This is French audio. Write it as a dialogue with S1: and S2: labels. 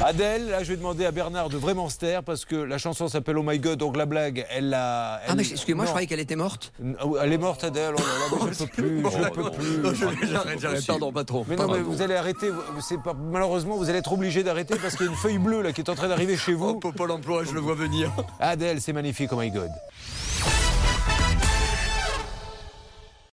S1: Adèle, là je vais demander à Bernard de vraiment se taire parce que la chanson s'appelle Oh My God, donc la blague, elle l'a.
S2: Ah,
S1: elle-
S2: mais excusez-moi, je
S1: Non.
S2: croyais qu'elle était morte.
S1: Elle est morte, Adèle. Oh là là, mais je ne peux plus. Je ne peux plus.
S2: J'arrête, j'arrête. Pardon, pas trop.
S1: Mais non, mais vous allez arrêter. vous- c'est pas- malheureusement, vous allez être obligé d'arrêter parce
S2: Oh,
S1: qu'il y a une feuille bleue là qui est en train d'arriver chez vous.
S2: Pôle emploi, je le vois venir.
S1: Adèle, c'est magnifique, oh my god.